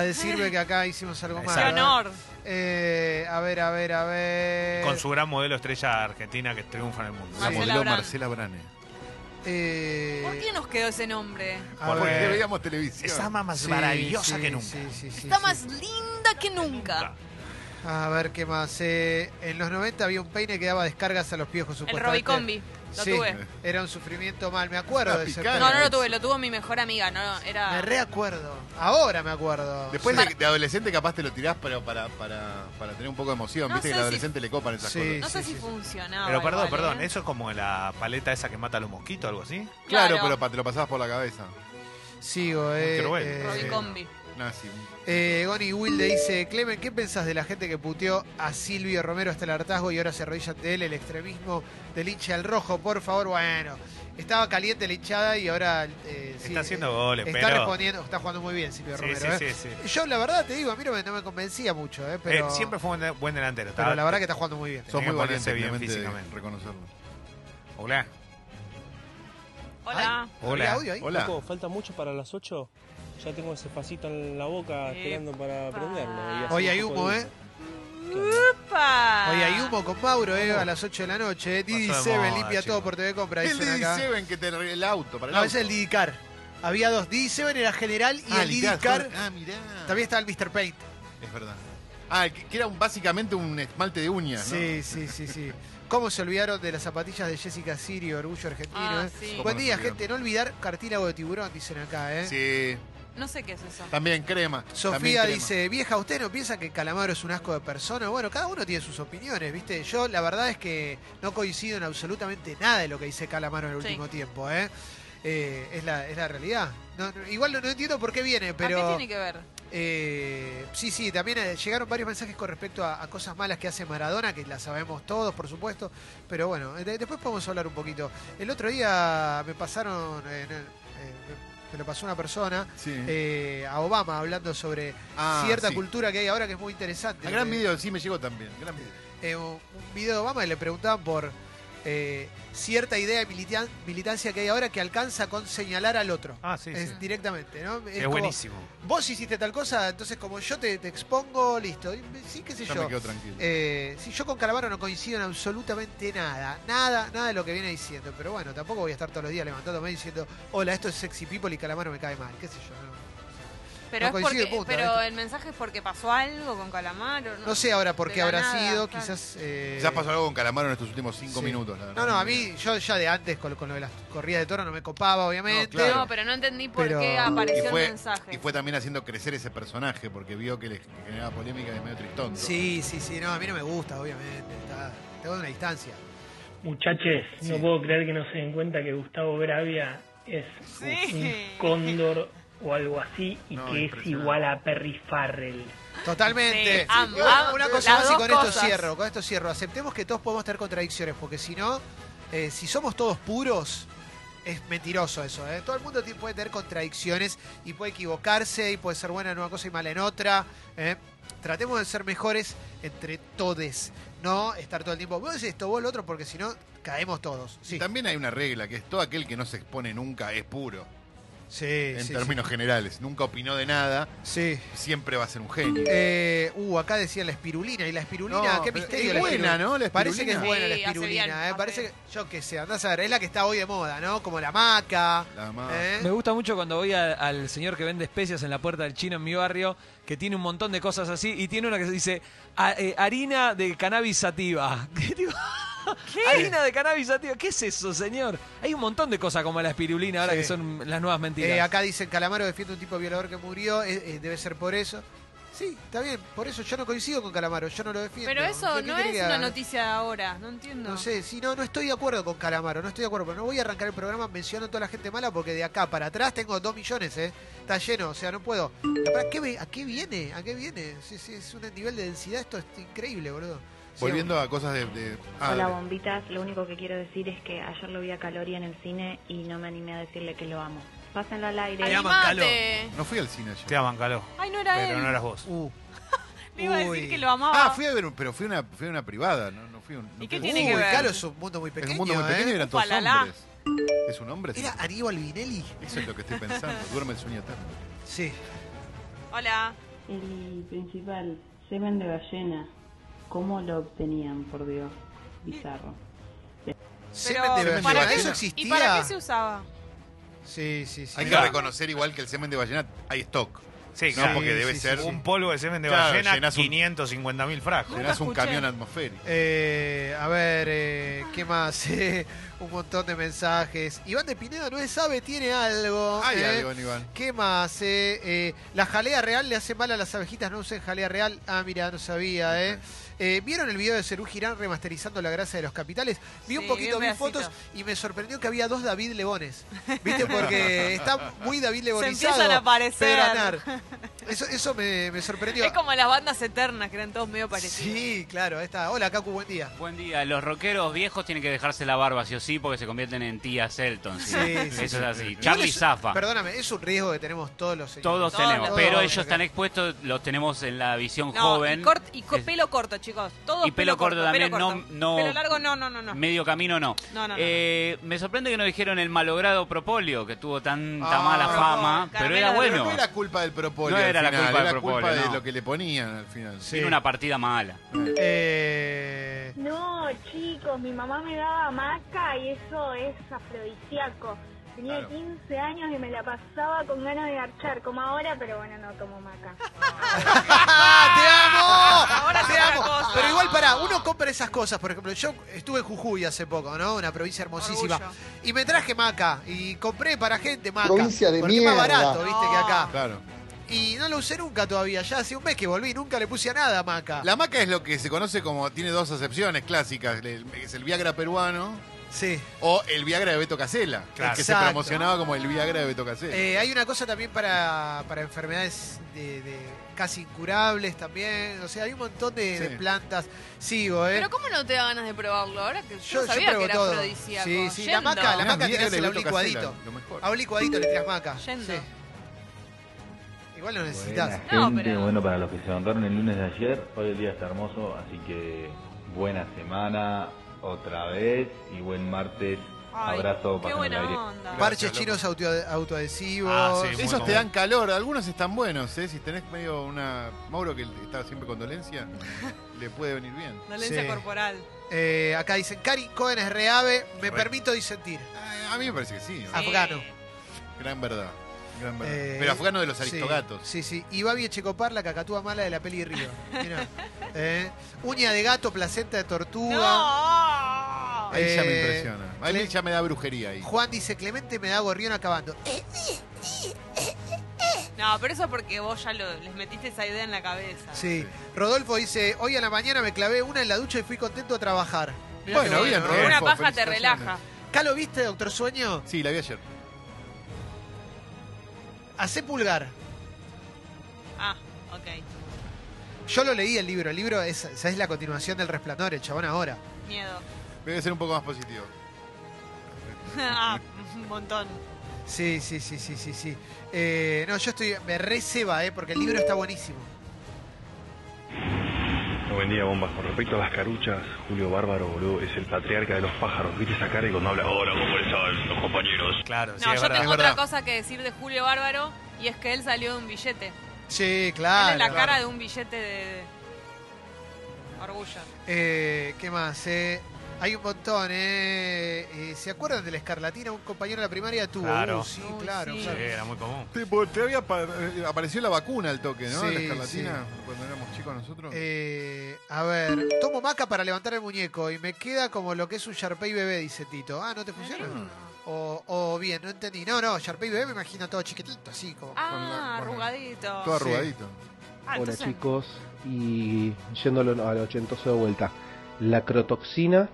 Speaker 7: decirme que acá hicimos algo
Speaker 5: Exacto.
Speaker 6: ¡Qué
Speaker 7: mal. ¿eh?
Speaker 6: honor!
Speaker 7: Eh, a ver, a ver, a
Speaker 8: eh,
Speaker 7: ver.
Speaker 5: Con su gran modelo estrella argentina que triunfa en el mundo.
Speaker 8: La
Speaker 6: Marcela
Speaker 8: modelo
Speaker 6: Brane.
Speaker 8: Marcela Brane.
Speaker 7: Eh,
Speaker 6: ¿Por qué nos quedó ese nombre?
Speaker 7: a
Speaker 8: Porque
Speaker 7: ver.
Speaker 8: veíamos televisión.
Speaker 5: más
Speaker 7: Sí, sí, sí, sí, sí,
Speaker 6: Está
Speaker 7: sí.
Speaker 6: más linda que nunca.
Speaker 7: A ver qué más. Eh, en los 90 había un peine que daba descargas a los piejos,
Speaker 6: El
Speaker 7: supuestamente.
Speaker 6: Robicombi. Lo
Speaker 7: Sí,
Speaker 6: tuve.
Speaker 7: era un sufrimiento mal, me acuerdo
Speaker 8: Una
Speaker 7: de ese
Speaker 8: picada.
Speaker 6: No,
Speaker 7: peine.
Speaker 6: no lo tuve, lo tuvo mi mejor amiga. No, era.
Speaker 7: Me reacuerdo. Ahora me acuerdo.
Speaker 8: Después
Speaker 7: Sí.
Speaker 8: de, de adolescente capaz te lo tirás para, para, para, para tener un poco de emoción.
Speaker 6: No
Speaker 8: Viste
Speaker 6: sé
Speaker 8: que al
Speaker 6: si-
Speaker 8: adolescente le copan esas
Speaker 7: Sí.
Speaker 8: cosas.
Speaker 6: No sé
Speaker 7: sí,
Speaker 6: si
Speaker 7: sí.
Speaker 6: funcionaba.
Speaker 5: Pero perdón,
Speaker 6: igual,
Speaker 5: perdón,
Speaker 6: ¿eh?
Speaker 5: eso es como la paleta esa que mata a los mosquitos, algo así.
Speaker 8: Claro,
Speaker 6: Claro.
Speaker 8: pero pa- te lo pasabas por la cabeza.
Speaker 7: Sigo,
Speaker 5: Muy
Speaker 7: eh.
Speaker 5: cruel.
Speaker 7: eh,
Speaker 6: Robicombi.
Speaker 8: Nazi.
Speaker 7: eh, Goni Wilde dice, Clemen, ¿qué pensás de la gente que puteó a Silvio Romero hasta el hartazgo y ahora se arrodilla ante él el extremismo del hincha al rojo? Por favor, bueno. Estaba caliente la hinchada y ahora... eh, sí,
Speaker 5: está haciendo
Speaker 7: eh,
Speaker 5: goles,
Speaker 7: Está
Speaker 5: pero.
Speaker 7: respondiendo, está jugando muy bien Silvio
Speaker 5: Sí,
Speaker 7: Romero.
Speaker 5: sí,
Speaker 7: eh.
Speaker 5: sí, sí.
Speaker 7: Yo la verdad te digo, a mí no me, no me convencía mucho, eh, pero,
Speaker 5: Eh, siempre fue un de- buen delantero.
Speaker 7: pero
Speaker 5: estaba-
Speaker 7: la verdad que está jugando muy bien.
Speaker 5: Tenía
Speaker 8: Sos
Speaker 5: que
Speaker 8: muy
Speaker 5: ponerse
Speaker 8: valiente,
Speaker 5: bien
Speaker 8: bien
Speaker 5: físicamente.
Speaker 8: reconocerlo.
Speaker 5: Hola.
Speaker 6: Hola.
Speaker 7: ¿Había
Speaker 5: Hola.
Speaker 7: audio ahí?
Speaker 8: Hola.
Speaker 11: falta mucho para las 8. Ya tengo ese facito en la boca
Speaker 6: Epa.
Speaker 11: esperando para prenderlo. y hacer
Speaker 7: Hoy
Speaker 11: un
Speaker 7: hay
Speaker 11: poco
Speaker 7: humo,
Speaker 11: de-
Speaker 7: ¿eh?
Speaker 6: ¡Upa!
Speaker 7: Hoy hay humo con Mauro, eh, a las 8 de la noche. eh. Didi
Speaker 5: Pasó de
Speaker 7: Seven
Speaker 5: moda,
Speaker 7: limpia
Speaker 5: chico.
Speaker 7: todo por TV Compra.
Speaker 8: El
Speaker 7: dicen
Speaker 8: Didi
Speaker 7: acá.
Speaker 8: Seven que te re- el auto para el
Speaker 7: No,
Speaker 8: auto.
Speaker 7: ese es el Didicar. Había dos. Didi Seven era general y
Speaker 8: Ah,
Speaker 7: el
Speaker 8: limpiás
Speaker 7: Didicar.
Speaker 8: todo. Ah, mirá.
Speaker 7: También estaba el Mr. Paint.
Speaker 8: Es verdad. Ah, que, que era un- básicamente un esmalte de uñas, ¿no?
Speaker 7: Sí, sí, sí, sí. ¿Cómo se olvidaron de las zapatillas de Jessica Sirio, Orgullo Argentino?
Speaker 6: Ah,
Speaker 7: eh?
Speaker 6: sí.
Speaker 8: ¿Cómo
Speaker 7: Buen
Speaker 8: nos
Speaker 7: día,
Speaker 8: olvidamos?
Speaker 7: gente. No olvidar cartílago de tiburón, dicen acá, ¿eh?
Speaker 8: Sí.
Speaker 6: No sé qué es eso.
Speaker 8: También crema. también
Speaker 7: Sofía
Speaker 8: crema.
Speaker 7: dice, vieja, ¿usted no piensa que Calamaro es un asco de persona? Bueno, cada uno tiene sus opiniones, ¿viste? Yo la verdad es que no coincido en absolutamente nada de lo que dice Calamaro en el
Speaker 6: Sí.
Speaker 7: último tiempo, ¿eh? Eh, es, la, es la realidad. No, no, igual no, no entiendo por qué viene, pero...
Speaker 6: ¿A Ah, qué tiene que ver?
Speaker 7: Eh, sí, sí, también eh, llegaron varios mensajes con respecto a, a cosas malas que hace Maradona, que las sabemos todos, por supuesto, pero bueno, eh, de- después podemos hablar un poquito. El otro día me pasaron, eh, en el- eh, me lo pasó una persona,
Speaker 8: Sí.
Speaker 7: eh, a Obama hablando sobre
Speaker 8: Ah,
Speaker 7: cierta
Speaker 8: sí.
Speaker 7: cultura que hay ahora que es muy interesante.
Speaker 8: El gran
Speaker 7: Porque,
Speaker 8: video, sí me llegó también. Gran video.
Speaker 7: eh, un video de Obama y le preguntaban por eh, cierta idea de milita- militancia que hay ahora que alcanza con señalar al otro.
Speaker 5: Ah, sí,
Speaker 7: Es
Speaker 5: sí.
Speaker 7: directamente, ¿no?
Speaker 5: Es,
Speaker 7: como,
Speaker 5: buenísimo.
Speaker 7: Vos hiciste tal cosa, entonces como yo te, te expongo, listo. Y- Sí, qué sé
Speaker 8: Ya
Speaker 7: yo.
Speaker 8: me quedo tranquilo.
Speaker 7: Eh, sí, yo con Calavaro no coincido en absolutamente nada, nada, nada de lo que viene diciendo, pero bueno, tampoco voy a estar todos los días levantándome y diciendo, hola, esto es sexy people y Calamaro me cae mal, qué sé yo. No,
Speaker 6: Pero,
Speaker 7: No
Speaker 6: es
Speaker 7: coincide,
Speaker 6: porque,
Speaker 7: puta,
Speaker 6: pero
Speaker 7: ¿viste?
Speaker 6: el mensaje es porque pasó algo con Calamaro. No,
Speaker 7: No sé ahora por
Speaker 6: De
Speaker 7: qué
Speaker 6: la
Speaker 7: habrá
Speaker 6: nada,
Speaker 7: sido,
Speaker 6: claro.
Speaker 7: quizás... eh,
Speaker 8: Quizás pasó algo con Calamaro en estos últimos cinco
Speaker 7: sí.
Speaker 8: minutos, la verdad.
Speaker 7: No, no, a mí, yo ya de antes con, con lo de las corridas de toro no me copaba, obviamente.
Speaker 8: claro.
Speaker 6: No, pero no entendí por
Speaker 7: Pero-
Speaker 6: qué
Speaker 8: Y
Speaker 6: apareció el
Speaker 8: fue,
Speaker 6: mensaje.
Speaker 8: y fue también haciendo crecer ese personaje porque vio que le generaba polémica de medio tristón. ¿no?
Speaker 7: Sí, sí, sí, no, a mí no me gusta, obviamente. Está, tengo una distancia.
Speaker 11: Muchaches, no puedo creer que no se den cuenta que Gustavo Bravia es
Speaker 6: Sí.
Speaker 11: un cóndor o algo así y
Speaker 8: No,
Speaker 11: que es
Speaker 8: impresionante.
Speaker 11: igual a Perry Farrell.
Speaker 7: Totalmente.
Speaker 6: Sí, am-
Speaker 7: Una-
Speaker 6: am-
Speaker 7: una cosa
Speaker 6: las
Speaker 7: más y
Speaker 6: dos
Speaker 7: con esto
Speaker 6: cosas.
Speaker 7: cierro, con esto cierro. Aceptemos que todos podemos tener contradicciones, porque si no, eh, si somos todos puros, es mentiroso eso. ¿eh? Todo el mundo ti- puede tener contradicciones y puede equivocarse y puede ser buena en una cosa y mala en otra. ¿eh? Tratemos de ser mejores entre todes, no estar todo el tiempo, vos esto, vos lo otro, porque si no, caemos todos.
Speaker 8: Y
Speaker 7: Sí,
Speaker 8: También hay una regla que es todo aquel que no se expone nunca es puro.
Speaker 7: sí,
Speaker 8: En
Speaker 7: sí,
Speaker 8: términos generales, nunca opinó de nada,
Speaker 7: sí. Sí.
Speaker 8: siempre va a ser un genio.
Speaker 7: Eh, uh, acá decían la espirulina. Y la espirulina,
Speaker 8: No,
Speaker 7: qué
Speaker 8: pero
Speaker 7: misterio.
Speaker 8: es
Speaker 7: la
Speaker 8: buena,
Speaker 7: espirulina.
Speaker 8: ¿no? La
Speaker 7: Parece que es
Speaker 8: espirulina.
Speaker 7: buena la
Speaker 6: Sí, hace bien,
Speaker 7: espirulina. eh,
Speaker 6: hace
Speaker 7: Parece que,
Speaker 6: bien.
Speaker 7: yo qué sé, andás a ver. Es la que está hoy de moda, ¿no? Como la maca.
Speaker 8: La más.
Speaker 7: ¿eh?
Speaker 9: Me gusta mucho cuando voy a- al señor que vende especias en la puerta del chino en mi barrio, que tiene un montón de cosas así, y tiene una que dice "A- eh, harina de cannabis sativa. ¿Qué? digo? Harina de cannabis sativa. ¿Qué es eso, señor? Hay un montón de cosas como la espirulina ahora
Speaker 7: Sí.
Speaker 9: que son las nuevas mentiras.
Speaker 7: Eh, acá dicen Calamaro defiende un tipo violador que murió. eh, eh, debe ser por eso. Sí, está bien. Por eso yo no coincido con Calamaro. Yo no lo defiendo.
Speaker 6: Pero eso
Speaker 7: ¿Qué- qué
Speaker 6: no
Speaker 7: quiere
Speaker 6: es
Speaker 7: que
Speaker 6: una
Speaker 7: haga?
Speaker 6: noticia de ahora, no entiendo.
Speaker 7: No sé, si no, no estoy de acuerdo con Calamaro, no estoy de acuerdo, pero no voy a arrancar el programa mencionando a toda la gente mala porque de acá para atrás tengo dos millones, ¿eh? Está lleno, o sea, no puedo. ¿Para qué, ve- ¿A qué viene? ¿A qué viene? Sí, sí, es un nivel de densidad, esto es increíble, boludo. Sí,
Speaker 8: Volviendo a cosas de. de- ah,
Speaker 10: Hola
Speaker 8: de-
Speaker 10: bombitas, lo único que quiero decir es que ayer lo vi a Calori en el cine y no me animé a decirle que lo amo. Pásenlo al aire.
Speaker 7: Te aman,
Speaker 6: Animate.
Speaker 8: no fui al cine ayer.
Speaker 5: Te aman, Caló.
Speaker 6: Ay, no era
Speaker 5: Pero
Speaker 6: él.
Speaker 5: no eras vos.
Speaker 7: Uh,
Speaker 6: Le iba a
Speaker 7: Uy.
Speaker 6: decir que lo amaba.
Speaker 8: Ah, fui a ver, un- pero fui a una, fui a una privada, no, no fui a un. no
Speaker 6: ¿Y qué
Speaker 8: fui-
Speaker 6: tiene
Speaker 7: uy,
Speaker 6: que ver?
Speaker 7: Calo es un mundo muy
Speaker 8: Es
Speaker 7: pequeño.
Speaker 8: un mundo muy
Speaker 7: ¿eh?
Speaker 8: pequeño y eran todos
Speaker 6: Ufalala.
Speaker 8: hombres. ¿Es un hombre?
Speaker 7: ¿Era Aníbal Vinelli?
Speaker 8: Eso es lo que estoy pensando. Duerme el sueño eterno.
Speaker 7: Sí.
Speaker 6: Hola.
Speaker 10: El principal, semen de ballena. ¿Cómo lo obtenían, por Dios? Bizarro.
Speaker 7: Semen de
Speaker 8: ¿para
Speaker 7: ballena,
Speaker 8: qué
Speaker 7: ¿eso
Speaker 8: se-
Speaker 7: existía?
Speaker 6: ¿Y para qué se usaba?
Speaker 7: Sí, sí, sí.
Speaker 8: Hay que
Speaker 5: Claro.
Speaker 8: reconocer igual que el semen de ballena hay stock.
Speaker 5: Sí,
Speaker 8: No,
Speaker 5: claro.
Speaker 8: porque debe
Speaker 7: sí,
Speaker 8: ser.
Speaker 7: sí, sí.
Speaker 5: Un polvo de semen de
Speaker 8: Claro,
Speaker 5: ballena,
Speaker 8: llenás un-
Speaker 5: 550 mil frascos.
Speaker 8: Llenás un
Speaker 6: escuché.
Speaker 8: camión atmosférico.
Speaker 7: Eh, a ver, eh, ¿qué más? Eh, un montón de mensajes. Iván de Pineda no es sabe, tiene algo.
Speaker 8: Hay
Speaker 7: eh.
Speaker 8: algo, Aníbal.
Speaker 7: ¿Qué más? eh? Eh, la jalea real le hace mal a las abejitas, no usen jalea real. Ah, mira, no sabía, ¿eh? Eh, ¿Vieron el video de Cerú Girán remasterizando la grasa de los capitales? Vi un
Speaker 6: Sí,
Speaker 7: poquito,
Speaker 6: vi
Speaker 7: vi
Speaker 6: un
Speaker 7: fotos
Speaker 6: pedacito.
Speaker 7: y me sorprendió que había dos David Lebones. ¿Viste? Porque está muy David Lebonizado.
Speaker 6: empiezan a aparecer.
Speaker 7: Pedro Aznar. Eso, eso me, me sorprendió.
Speaker 6: Es como las bandas eternas que eran todos medio parecidos.
Speaker 7: Sí, claro, ahí está. Hola, Cacu, buen día.
Speaker 12: Buen día. Los rockeros viejos tienen que dejarse la barba, sí o sí, porque se convierten en tías Elton. ¿sí?
Speaker 7: Sí, sí,
Speaker 12: Eso es así.
Speaker 7: Igual
Speaker 12: Charlie
Speaker 7: es-
Speaker 12: Zafa.
Speaker 7: Perdóname, es un riesgo que tenemos todos los señores.
Speaker 12: Todos
Speaker 6: Todos
Speaker 12: tenemos,
Speaker 6: los-
Speaker 12: pero
Speaker 7: todos,
Speaker 12: ellos
Speaker 7: acá.
Speaker 12: están expuestos, los tenemos en la visión
Speaker 6: No,
Speaker 12: joven.
Speaker 6: y, cort- y co-
Speaker 12: Es-
Speaker 6: pelo corto, chicos. Todos
Speaker 12: Y pelo corto también,
Speaker 6: pelo
Speaker 12: no- no-
Speaker 6: Pelo largo, no, no, no. no.
Speaker 12: Medio camino no.
Speaker 6: No, no, no,
Speaker 12: Eh, Me sorprende que no dijeron el malogrado Propolio, que tuvo tanta
Speaker 8: Ah,
Speaker 12: mala
Speaker 8: Propolio,
Speaker 12: fama, pero
Speaker 6: caramelo
Speaker 12: era
Speaker 6: de
Speaker 12: bueno.
Speaker 8: Pero no era culpa del propolio.
Speaker 12: No
Speaker 8: al
Speaker 12: era la
Speaker 8: final,
Speaker 12: culpa del
Speaker 8: era culpa
Speaker 12: propolio,
Speaker 8: de
Speaker 12: no.
Speaker 8: lo que le ponían al final.
Speaker 12: Tiene una partida mala.
Speaker 7: Eh,
Speaker 10: No, chicos, mi mamá me daba maca y eso es afrodisíaco. Tenía
Speaker 8: Claro.
Speaker 10: 15 años y me la pasaba con ganas de archar, como ahora, pero bueno, no tomo maca.
Speaker 7: ¡Ah, ¡Te amo!
Speaker 6: Ahora
Speaker 7: ¡Te
Speaker 6: es otra
Speaker 7: amo!
Speaker 6: cosa.
Speaker 7: Pero igual, pará, uno compra esas cosas. Por ejemplo, yo estuve en Jujuy hace poco, ¿no? Una provincia hermosísima.
Speaker 6: Orgullo.
Speaker 7: Y me traje maca. Y compré para gente maca.
Speaker 13: Provincia de
Speaker 7: porque es más
Speaker 13: mierda.
Speaker 7: barato, viste, que acá.
Speaker 8: Claro.
Speaker 7: Y no lo usé nunca todavía. Ya hace un mes que volví, nunca le puse a nada maca.
Speaker 8: La maca es lo que se conoce como. Tiene dos acepciones clásicas. el- Es el Viagra peruano.
Speaker 7: Sí.
Speaker 8: O el Viagra de Beto Casella,
Speaker 7: Claro.
Speaker 8: que se
Speaker 7: Exacto.
Speaker 8: promocionaba como el Viagra de Beto Casella.
Speaker 7: Eh, hay una cosa también para, para enfermedades de, de casi incurables también. O sea, hay un montón de,
Speaker 8: Sí.
Speaker 7: de plantas. Sigo, ¿eh?
Speaker 6: Pero ¿cómo no te da ganas de probarlo? Ahora que yo,
Speaker 7: Yo- yo
Speaker 6: sabía
Speaker 7: pruebo
Speaker 6: que era
Speaker 7: todo.
Speaker 6: afrodisíaco.
Speaker 7: Sí, sí, la
Speaker 6: Yendo.
Speaker 7: maca, la
Speaker 8: Mirá, Viagra
Speaker 7: maca
Speaker 8: de
Speaker 7: tirásela a un
Speaker 8: Beto Casella,
Speaker 7: licuadito.
Speaker 8: Lo mejor.
Speaker 12: Ah,
Speaker 7: A un licuadito le tiras maca.
Speaker 6: Yendo.
Speaker 7: Sí. Igual lo necesitas.
Speaker 6: No, pero-
Speaker 13: bueno, para los que se levantaron el lunes de ayer, hoy el día está hermoso, así que buena semana otra vez y buen martes.
Speaker 6: Ay,
Speaker 13: Abrazo,
Speaker 6: qué
Speaker 13: pasen
Speaker 6: buena
Speaker 13: el aire.
Speaker 6: onda.
Speaker 7: Parches chinos autoade- autoadhesivos.
Speaker 8: Esos te dan calor, algunos están buenos, ¿eh? Si tenés medio una. Mauro que está siempre con dolencia, le puede venir bien.
Speaker 6: Dolencia
Speaker 7: Sí.
Speaker 6: corporal.
Speaker 7: Eh, acá dicen, Cari Cohen es reave, me
Speaker 8: Re-
Speaker 7: permito disentir.
Speaker 8: Eh, A mí me parece que sí. ¿no?
Speaker 7: Afgano.
Speaker 6: Eh,
Speaker 8: Gran verdad. Gran verdad.
Speaker 7: Eh,
Speaker 8: Pero afgano de los
Speaker 7: sí,
Speaker 8: aristogatos.
Speaker 7: Sí, sí. Y Babi Echecopar, la cacatúa mala de la peli Río. Mirá. Eh, uña de gato, placenta de tortuga.
Speaker 6: ¡No!
Speaker 8: Ahí ya me
Speaker 7: Eh,
Speaker 8: impresiona. A mí ya me da brujería ahí.
Speaker 7: Juan dice, Clemente me da gorrión acabando.
Speaker 6: No, pero eso porque vos ya lo- les metiste esa idea en la cabeza.
Speaker 7: Sí. Rodolfo dice, hoy a la mañana me clavé una en la ducha y fui contento a trabajar. Mirá
Speaker 8: Bueno,
Speaker 7: qué
Speaker 8: bien, Rodolfo.
Speaker 6: Una paja te
Speaker 8: felicitaciones.
Speaker 6: relaja.
Speaker 7: Calo, ¿viste, Doctor Sueño?
Speaker 8: Sí, la vi ayer.
Speaker 7: Hacé pulgar.
Speaker 6: Ah, ok.
Speaker 7: Yo lo leí el libro. El libro es, esa es la continuación del Resplandor, el chabón ahora.
Speaker 6: Miedo.
Speaker 8: Voy a ser un poco más positivo.
Speaker 6: ah, un montón.
Speaker 7: Sí, sí, sí, sí, sí, sí. Eh, no, yo estoy... Me receba, eh, porque el libro está buenísimo.
Speaker 14: Buen día, bombas. Con respecto a las caruchas, Julio Bárbaro, boludo, es el patriarca de los pájaros. ¿Viste esa cara y cuando habla ahora, como les hablan los compañeros?
Speaker 5: Claro,
Speaker 6: No, yo tengo otra cosa que decir de Julio Bárbaro y es que él salió de un billete.
Speaker 7: Sí,
Speaker 6: Él
Speaker 7: claro.
Speaker 6: es la cara de un billete de. Orgullo.
Speaker 7: Eh, ¿Qué más? eh? Hay un montón, ¿eh? Eh, ¿Se acuerdan de la escarlatina? Un compañero de la primaria tuvo.
Speaker 5: Claro.
Speaker 7: Uh, sí,
Speaker 6: Uy,
Speaker 7: claro,
Speaker 6: sí.
Speaker 5: Sí,
Speaker 7: claro.
Speaker 5: era muy común.
Speaker 8: Sí, porque te había apa- eh, apareció la vacuna al toque, ¿no?
Speaker 7: Sí,
Speaker 8: la escarlatina, cuando éramos chicos nosotros.
Speaker 7: Eh, a ver, tomo maca para levantar el muñeco y me queda como lo que es un Sharpay bebé, dice Tito. Ah, ¿no te funciona? O, o bien, no entendí. No, no, Sharpay bebé me imagino todo chiquitito, así como.
Speaker 6: Ah, arrugadito.
Speaker 8: Todo arrugadito.
Speaker 6: Ah,
Speaker 15: Hola
Speaker 6: entonces-
Speaker 15: chicos, y yéndolo al ochentoso de vuelta, la crotoxina,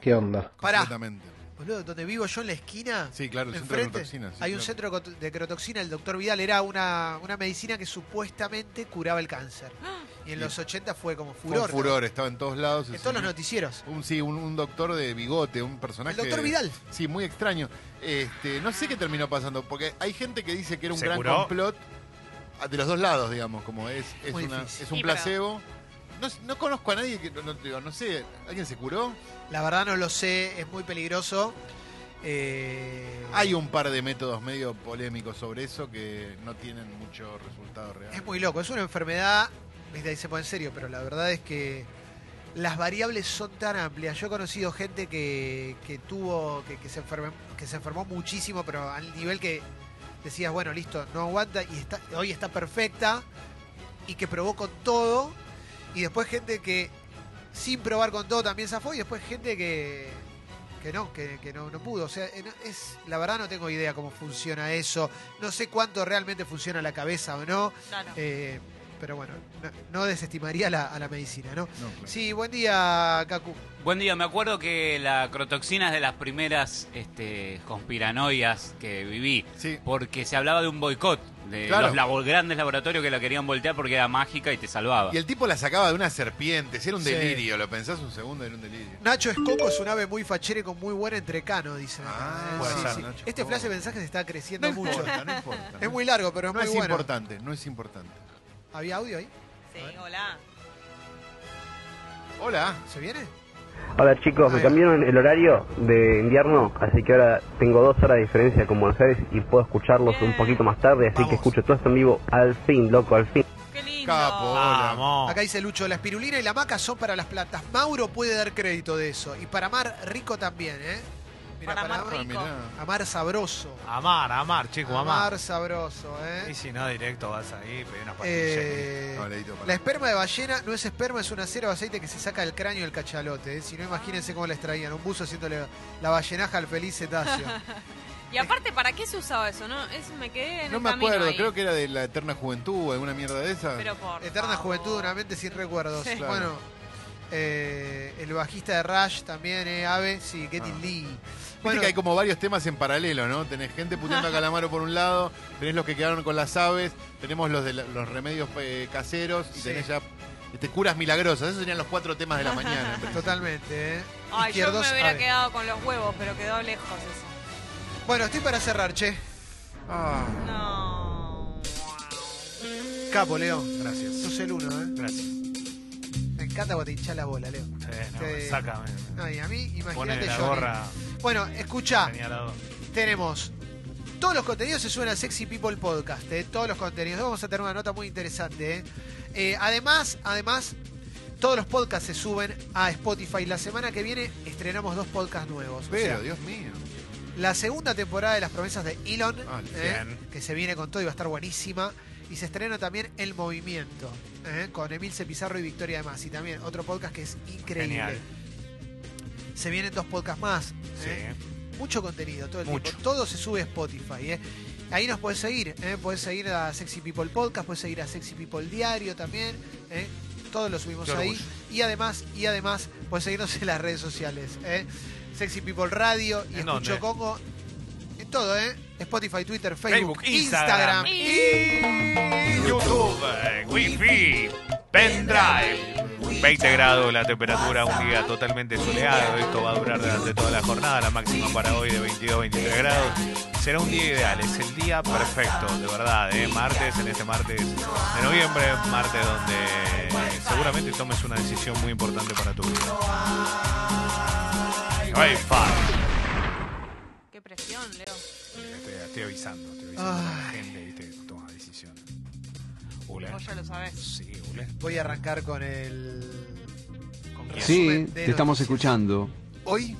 Speaker 15: ¿qué onda?
Speaker 7: Pará.
Speaker 8: Completamente.
Speaker 7: Boludo, donde vivo yo en la esquina.
Speaker 8: Sí, claro, el centro de
Speaker 7: enfrente,
Speaker 8: crotoxina, sí,
Speaker 7: hay un
Speaker 8: claro.
Speaker 7: centro de cot- de crotoxina. El doctor Vidal era una, una medicina que supuestamente curaba el cáncer.
Speaker 6: Ah.
Speaker 7: Y en los 80 fue como
Speaker 8: Fue un
Speaker 7: furor.
Speaker 8: furor, estaba en todos lados.
Speaker 7: En
Speaker 8: sí.
Speaker 7: todos los noticieros.
Speaker 8: Un, sí, un, un doctor de bigote, un personaje.
Speaker 7: El doctor Vidal.
Speaker 8: Sí, muy extraño. Este, no sé qué terminó pasando, porque hay gente que dice que era un
Speaker 5: ¿Se
Speaker 8: gran
Speaker 5: curó?
Speaker 8: complot ah, de los dos lados, digamos, como es, es,
Speaker 7: Muy
Speaker 8: una-
Speaker 7: difícil.
Speaker 8: es un
Speaker 7: Y, pero-
Speaker 8: placebo. No, no conozco a nadie que, no, no- digo, no sé, ¿alguien se curó?
Speaker 7: La verdad no lo sé, es muy peligroso. Eh,
Speaker 8: Hay un par de métodos medio polémicos sobre eso que no tienen mucho resultado real.
Speaker 7: Es muy loco, es una enfermedad, viste, ahí se pone en serio, pero la verdad es que las variables son tan amplias. Yo he conocido gente que, que tuvo, que, que se enferme- que se enfermó muchísimo, pero al nivel que decías, bueno, listo, no aguanta y está, hoy está perfecta y que probó con todo. Y después gente que sin probar con todo también zafó y después gente que, que no, que, que no, no pudo. O sea, eh, no- es, la verdad no tengo idea cómo funciona eso. No sé cuánto realmente funciona la cabeza o no.
Speaker 6: Claro.
Speaker 7: Eh, pero bueno, no, no desestimaría la- a la medicina, ¿no?
Speaker 8: No, claro.
Speaker 7: Sí, buen día, Kaku.
Speaker 12: Buen día, me acuerdo que la crotoxina es de las primeras este, conspiranoias que viví, porque se hablaba de un boicot de
Speaker 8: Claro.
Speaker 12: los labo- grandes laboratorios que la querían voltear porque era mágica y te salvaba.
Speaker 8: Y el tipo la sacaba de una serpiente, si era un
Speaker 7: Sí.
Speaker 8: delirio, lo pensás un segundo, era un delirio.
Speaker 7: Nacho Escoco es un ave muy fachera y con muy buen entrecano, dicen. acá, ¿eh?
Speaker 8: Ah, puede
Speaker 7: Sí,
Speaker 8: ser,
Speaker 7: sí.
Speaker 8: Nacho
Speaker 7: Este
Speaker 8: Escoco.
Speaker 7: flash de mensajes está creciendo
Speaker 8: No
Speaker 7: mucho.
Speaker 8: importa, no importa.
Speaker 7: Es muy largo, pero es
Speaker 8: no
Speaker 7: muy
Speaker 8: es
Speaker 7: bueno.
Speaker 8: importante, no es importante.
Speaker 7: ¿Había audio ahí?
Speaker 6: Sí, hola.
Speaker 8: Hola.
Speaker 7: ¿Se viene?
Speaker 16: Hola chicos, me cambiaron el horario de invierno, así que ahora tengo dos horas de diferencia con Buenos Aires y puedo escucharlos un poquito más tarde, así que escucho todo esto en vivo al fin, loco, al fin.
Speaker 6: Qué lindo.
Speaker 8: Capo, hola.
Speaker 7: Acá dice Lucho, la espirulina y la maca son para las plantas. Mauro puede dar crédito de eso. Y para Mar Rico también, ¿eh? Mirá,
Speaker 6: Para Mar
Speaker 7: Amar-
Speaker 6: Rico.
Speaker 7: Amar Sabroso.
Speaker 5: Amar, amar, chico, amar.
Speaker 7: Amar Sabroso, ¿eh?
Speaker 5: Y si no, directo vas ahí, pedí unas pastillas.
Speaker 7: Eh,
Speaker 8: No, Leito, pará.
Speaker 7: la esperma de ballena no es esperma, es una cera o aceite que se saca del cráneo del cachalote. ¿eh? Si no, imagínense cómo la extraían. Un buzo haciéndole la ballenaja al feliz cetáceo.
Speaker 6: Y aparte, ¿para qué se usaba eso? No, eso me quedé en
Speaker 8: No
Speaker 6: el
Speaker 8: me
Speaker 6: camino
Speaker 8: acuerdo,
Speaker 6: ahí.
Speaker 8: creo que era de la eterna juventud, alguna mierda de esa.
Speaker 6: Pero por
Speaker 7: Eterna
Speaker 6: favor.
Speaker 7: juventud, una mente sin recuerdos.
Speaker 6: Sí.
Speaker 7: Bueno, Eh, el bajista de Rush también, eh, Ave, sí, Getting Lee.
Speaker 8: Viste que hay como varios temas en paralelo, ¿no? Tenés gente puteando a Calamaro por un lado, tenés los que quedaron con las aves, tenemos los de la- los remedios eh, caseros y tenés ya este, curas milagrosas. Esos serían los cuatro temas de la mañana. en principio.
Speaker 7: Totalmente, ¿eh?
Speaker 6: Ay, yo me
Speaker 7: Izquierdos,
Speaker 6: hubiera
Speaker 7: Ave.
Speaker 6: quedado con los huevos, pero quedó lejos eso.
Speaker 7: Bueno, estoy para cerrar, che.
Speaker 6: Ah. No.
Speaker 7: Capo, Leo.
Speaker 5: Gracias.
Speaker 7: Sos el uno, ¿eh?
Speaker 5: Gracias.
Speaker 7: Me encanta cuando te hinchás la bola, Leo.
Speaker 5: Eh, no,
Speaker 7: Te-
Speaker 5: sácame.
Speaker 7: No, y a mí,
Speaker 5: Pone
Speaker 7: Ah, imagínate
Speaker 5: la
Speaker 7: yo.
Speaker 5: gorra.
Speaker 7: Bueno, escuchá.
Speaker 5: señalado.
Speaker 7: Tenemos. Todos los contenidos se suben a Sexy People Podcast, ¿eh? todos los contenidos. Vamos a tener una nota muy interesante. ¿eh? Eh, además, además, todos los podcasts se suben a Spotify. La semana que viene estrenamos dos podcasts nuevos. O sea,
Speaker 8: Pero, Dios mío.
Speaker 7: la segunda temporada de Las Promesas de Elon,
Speaker 5: Ah,
Speaker 7: ¿eh?
Speaker 8: bien.
Speaker 7: que se viene con todo y va a estar buenísima. Y se estrena también El Movimiento, ¿eh? con Emilce Pizarro y Victoria de Masi. También otro podcast que es increíble.
Speaker 5: Genial.
Speaker 7: Se vienen dos podcasts más. ¿eh?
Speaker 5: Sí.
Speaker 7: Mucho contenido todo el
Speaker 5: Mucho.
Speaker 7: tiempo. Todo se sube a Spotify. ¿eh? Ahí nos podés seguir. ¿eh? Podés seguir a Sexy People Podcast, podés seguir a Sexy People Diario también. ¿eh? Todos lo subimos
Speaker 5: Qué
Speaker 7: ahí.
Speaker 5: orgullo.
Speaker 7: Y además, y además, podés seguirnos en las redes sociales. ¿eh? Sexy People Radio y
Speaker 5: ¿En
Speaker 7: Escucho
Speaker 5: dónde?
Speaker 7: Congo. En todo, ¿eh? Spotify, Twitter, Facebook,
Speaker 5: Facebook,
Speaker 7: Instagram.
Speaker 5: Instagram. YouTube, eh, Wi-Fi, pendrive. 20 grados la temperatura, un día totalmente soleado. Esto va a durar durante toda la jornada. La máxima para hoy de 22-23 grados. Será un día ideal, es el día perfecto, de verdad. ¿eh? Martes, en este martes de noviembre, martes donde seguramente tomes una decisión muy importante para tu vida. Wi-Fi.
Speaker 6: Qué presión, Leo.
Speaker 5: Estoy, estoy avisando, estoy avisando a la
Speaker 7: Ay.
Speaker 5: gente, viste, que toma decisiones. Ule.
Speaker 6: Vos ya lo sabés.
Speaker 5: Sí, Ule.
Speaker 7: Voy a arrancar con el. con
Speaker 3: Sí,
Speaker 7: resumen de
Speaker 3: te estamos
Speaker 7: noticias.
Speaker 3: escuchando.
Speaker 8: Hoy,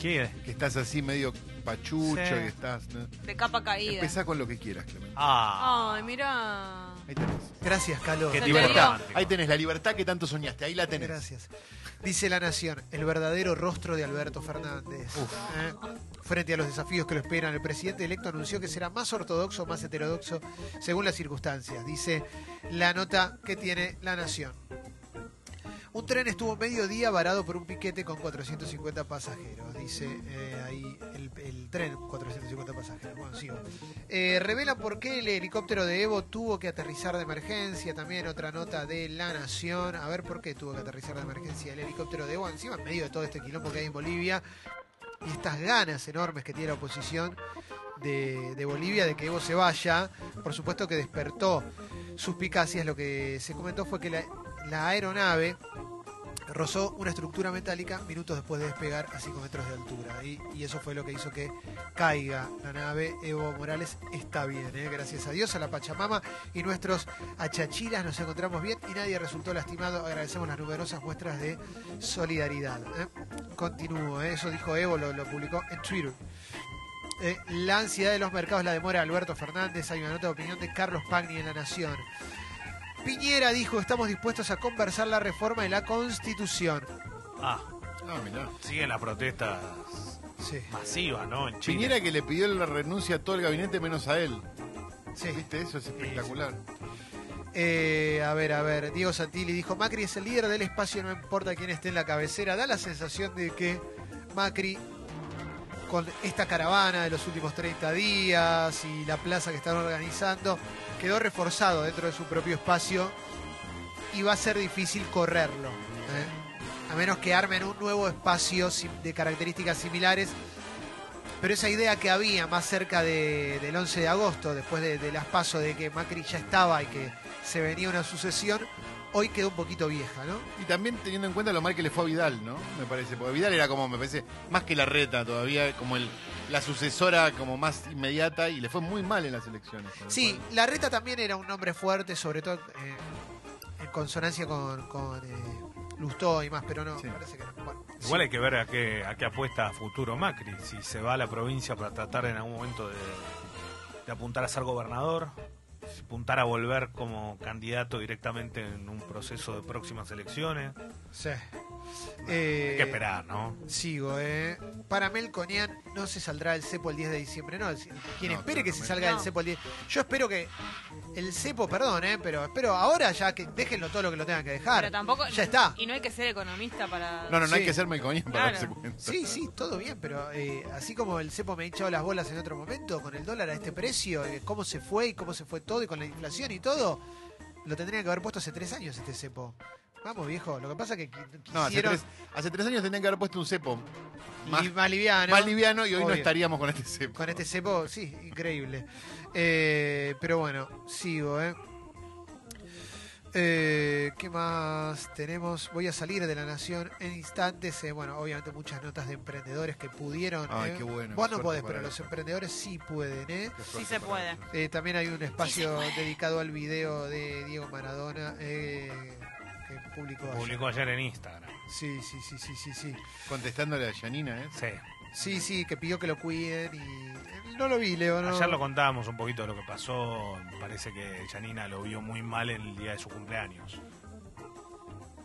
Speaker 5: ¿Qué?
Speaker 8: que estás así medio pachucho,
Speaker 6: Sí.
Speaker 8: que estás. ¿no?
Speaker 6: De capa caída.
Speaker 8: Empezá con lo que quieras, Clemente.
Speaker 5: Ah.
Speaker 6: Ay, mira.
Speaker 8: Ahí tenés.
Speaker 7: Gracias, Calor.
Speaker 6: Qué
Speaker 8: La
Speaker 6: te digo.
Speaker 8: libertad. Ahí tenés la libertad que tanto soñaste. Ahí la tenés.
Speaker 7: Gracias. Dice La Nación, el verdadero rostro de Alberto Fernández. ¿Eh? Frente a los desafíos que lo esperan, el presidente electo anunció que será más ortodoxo, más heterodoxo, según las circunstancias. Dice la nota que tiene La Nación. Un tren estuvo medio día varado por un piquete con 450 pasajeros. Dice eh, ahí el, el tren, 450 pasajeros. Bueno, sigo. Eh, revela por qué el helicóptero de Evo tuvo que aterrizar de emergencia. También otra nota de La Nación. A ver por qué tuvo que aterrizar de emergencia el helicóptero de Evo. Encima, en medio de todo este quilombo que hay en Bolivia. Y estas ganas enormes que tiene la oposición de, de Bolivia de que Evo se vaya. Por supuesto que despertó suspicacias. Lo que se comentó fue que la, la aeronave rozó una estructura metálica minutos después de despegar a 5 metros de altura. Y, y eso fue lo que hizo que caiga la nave. Evo Morales está bien, ¿eh? gracias a Dios, a la Pachamama y nuestros achachiras nos encontramos bien y nadie resultó lastimado. Agradecemos las numerosas muestras de solidaridad. ¿eh? Continúo, ¿eh? eso dijo Evo, lo, lo publicó en Twitter. Eh, la ansiedad de los mercados la demora Alberto Fernández. Hay una nota de opinión de Carlos Pagni en La Nación. Piñera dijo, estamos dispuestos a conversar la reforma de la Constitución.
Speaker 5: Ah,
Speaker 8: No, mirá.
Speaker 5: siguen las protestas
Speaker 7: Sí.
Speaker 5: masivas, ¿no? En Chile.
Speaker 8: Piñera que le pidió la renuncia a todo el gabinete menos a él.
Speaker 7: Sí.
Speaker 8: ¿Viste? Eso es espectacular.
Speaker 7: Eh, a ver, a ver, Diego Santilli dijo, Macri es el líder del espacio, no importa quién esté en la cabecera. Da la sensación de que Macri, con esta caravana de los últimos 30 días y la plaza que están organizando, quedó reforzado dentro de su propio espacio y va a ser difícil correrlo. ¿eh? A menos que armen un nuevo espacio sim- de características similares. Pero esa idea que había más cerca de- del 11 de agosto, después de, de las pasos de que Macri ya estaba y que se venía una sucesión, hoy quedó un poquito vieja, ¿no?
Speaker 8: Y también teniendo en cuenta lo mal que le fue a Vidal, ¿no? Me parece. Porque Vidal era como, me parece, más que la reta todavía, como el, la sucesora como más inmediata y le fue muy mal en las elecciones. con lo
Speaker 7: Sí,
Speaker 8: cual-
Speaker 7: la reta también era un nombre fuerte, sobre todo eh, en consonancia con, con eh, Lustó y más, pero no, parece que no. Bueno,
Speaker 5: Igual
Speaker 7: sí.
Speaker 5: hay que ver a qué, a qué apuesta a futuro Macri. Si se va a la provincia para tratar en algún momento de, de apuntar a ser gobernador, si apuntar a volver como candidato directamente en un proceso de próximas elecciones.
Speaker 7: Sí. Eh,
Speaker 5: Hay que esperar, ¿no?
Speaker 7: Sigo, ¿eh? Para Melconian no se saldrá el cepo el 10 de diciembre. No, es- quien
Speaker 5: No,
Speaker 7: espere
Speaker 5: claro,
Speaker 7: que
Speaker 5: no,
Speaker 7: se
Speaker 5: Mel-
Speaker 7: salga el
Speaker 5: No.
Speaker 7: cepo el 10. Yo espero que el cepo, perdón, ¿eh? Pero espero ahora ya que déjenlo todo lo que lo tengan que dejar.
Speaker 6: Pero tampoco.
Speaker 7: Ya está.
Speaker 6: Y no hay que ser economista para.
Speaker 8: No, no, no hay
Speaker 7: Sí.
Speaker 8: que ser melcoñán para
Speaker 6: Claro.
Speaker 8: darse cuenta.
Speaker 7: Sí, sí, todo bien, pero eh, así como el cepo me ha hinchado las bolas en otro momento, con el dólar a este precio, eh, cómo se fue y cómo se fue todo y con la inflación y todo, lo tendrían que haber puesto hace tres años este cepo. Vamos, viejo, lo que pasa es que qui-
Speaker 8: No, hace
Speaker 7: quisieron...
Speaker 8: tres, hace tres años tenían que haber puesto un cepo. Más,
Speaker 7: Y más liviano.
Speaker 8: más liviano y hoy no
Speaker 7: Obvio.
Speaker 8: estaríamos con este cepo.
Speaker 7: Con este cepo, sí, increíble. Eh, pero bueno, sigo, ¿eh? Eh, ¿Qué más tenemos? Voy a salir de la nación en instantes. eh, bueno, obviamente muchas notas de emprendedores que pudieron.
Speaker 8: Ay,
Speaker 7: eh.
Speaker 8: qué bueno,
Speaker 7: Vos
Speaker 8: qué suerte
Speaker 7: no podés,
Speaker 8: para
Speaker 7: pero
Speaker 8: ellos.
Speaker 7: los emprendedores sí pueden, ¿eh?
Speaker 6: Sí se puede.
Speaker 7: Eh, también hay un espacio dedicado al video de Diego Maradona eh, que publicó ayer.
Speaker 5: Publicó ayer en Instagram.
Speaker 7: Sí, sí, sí, sí, sí, sí.
Speaker 8: Contestándole a Janina, ¿eh?
Speaker 5: Sí.
Speaker 7: Sí, sí, que pidió que lo cuiden y... eh, No lo vi, Leo, ¿no?
Speaker 5: Ayer lo contábamos un poquito de lo que pasó. Parece que Janina lo vio muy mal el día de su cumpleaños.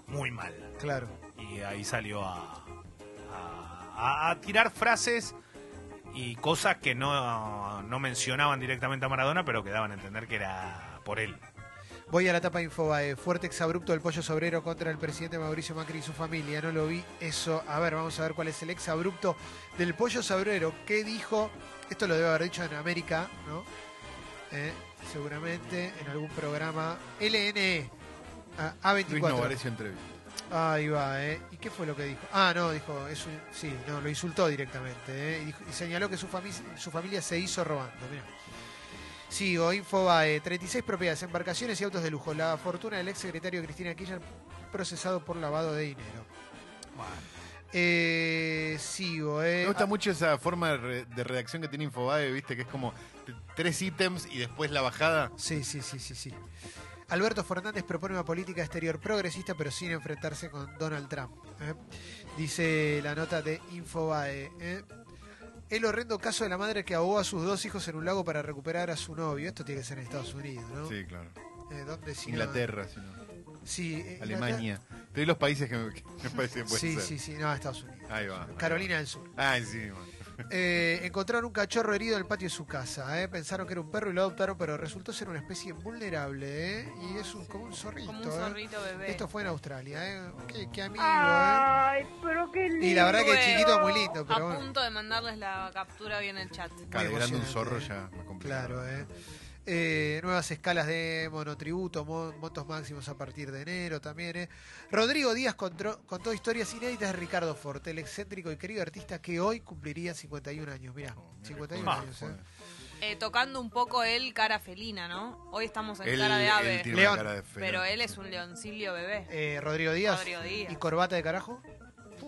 Speaker 5: Muy mal.
Speaker 7: Claro.
Speaker 5: Y ahí salió a, a- a- a tirar frases y cosas que no, no mencionaban directamente a Maradona, pero que daban a entender que era por él.
Speaker 7: Voy a la tapa de Infobae. Fuerte exabrupto del pollo sobrero contra el presidente Mauricio Macri y su familia. No lo vi eso. A ver, vamos a ver cuál es el exabrupto del pollo sobrero. ¿Qué dijo? Esto lo debe haber dicho en América, ¿no? Eh, seguramente en algún programa. LNE. Ah,
Speaker 8: Luis
Speaker 7: A24.
Speaker 8: Novarecio entrevista.
Speaker 7: Ahí va, ¿eh? ¿Y qué fue lo que dijo? Ah, no, dijo, es un- sí, no, lo insultó directamente, ¿eh? Y, dijo- y señaló que su, fami- su familia se hizo robando, mirá. Sigo, Infobae, 36 propiedades, embarcaciones y autos de lujo. La fortuna del ex secretario Cristina Kirchner procesado por lavado de dinero. Eh, sigo, ¿eh?
Speaker 8: Me gusta
Speaker 7: Ah,
Speaker 8: mucho esa forma de, re- de redacción que tiene Infobae, viste, que es como t- tres ítems y después la bajada.
Speaker 7: Sí, sí, sí, sí, sí. Alberto Fernández propone una política exterior progresista, pero sin enfrentarse con Donald Trump. ¿eh? Dice la nota de Infobae. ¿eh? El horrendo caso de la madre que ahogó a sus dos hijos en un lago para recuperar a su novio. Esto tiene que ser en Estados Unidos, ¿no?
Speaker 8: Sí, claro.
Speaker 7: Eh, ¿dónde si no?
Speaker 8: Inglaterra, si no.
Speaker 7: Sí, eh,
Speaker 8: Alemania. De los países que me, que me parece que puede
Speaker 7: Sí,
Speaker 8: ser. Ah,
Speaker 7: sí, sí, no, Estados Unidos.
Speaker 8: Ahí va.
Speaker 7: Carolina del Sur.
Speaker 8: Ay, sí, bueno.
Speaker 7: Eh, encontraron un cachorro herido en el patio de su casa. ¿eh? Pensaron que era un perro y lo adoptaron, pero resultó ser una especie vulnerable. ¿eh? Y es un, como un zorrito.
Speaker 6: Como un
Speaker 7: ¿eh?
Speaker 6: zorrito bebé.
Speaker 7: Esto fue en Australia. ¿eh? Qué, qué amigo.
Speaker 6: Ah.
Speaker 7: ¿eh?
Speaker 2: Ay, pero qué lindo.
Speaker 7: Y la verdad que el
Speaker 6: Bueno,
Speaker 7: chiquito es muy lindo, pero
Speaker 6: A
Speaker 7: bueno.
Speaker 6: punto de mandarles la captura hoy en el chat.
Speaker 8: Claro,
Speaker 7: Muy
Speaker 8: grande un
Speaker 7: emocionante,
Speaker 8: zorro
Speaker 7: ¿eh?
Speaker 8: ya me complica.
Speaker 7: Claro, ¿eh? Eh, nuevas escalas de monotributo, mo- montos máximos a partir de enero también. ¿eh? Rodrigo Díaz contó, contó historias inéditas de Ricardo Forte, el excéntrico y querido artista que hoy cumpliría 51 años. Mirá, 51
Speaker 5: Ah,
Speaker 7: años. ¿eh?
Speaker 6: Eh, tocando un poco el cara felina, ¿no? Hoy estamos en
Speaker 8: Él-
Speaker 6: cara de
Speaker 8: él
Speaker 6: ave.
Speaker 8: tiene una
Speaker 7: León.
Speaker 8: cara de feo.
Speaker 6: Pero él es un leoncilio bebé.
Speaker 7: Eh, Rodrigo Díaz.
Speaker 6: Rodrigo Díaz.
Speaker 7: ¿Y corbata de carajo?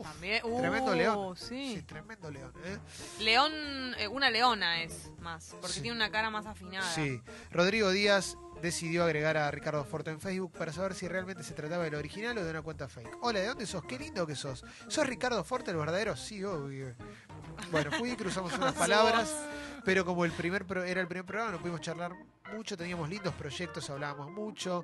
Speaker 6: También. Uh,
Speaker 7: tremendo león.
Speaker 6: Sí.
Speaker 7: Tremendo león, ¿eh?
Speaker 6: León, eh, una leona es más, porque
Speaker 7: Sí.
Speaker 6: tiene una cara más afinada.
Speaker 7: Sí. Rodrigo Díaz decidió agregar a Ricardo Forte en Facebook para saber si realmente se trataba del original o de una cuenta fake. Hola, ¿de dónde sos? Qué lindo que sos. ¿Sos Ricardo Forte el verdadero? Sí, obvio. Bueno, fui y cruzamos unas
Speaker 6: su
Speaker 7: palabras, pero como el primer pro- era el primer programa, no pudimos charlar mucho, teníamos lindos proyectos, hablábamos mucho,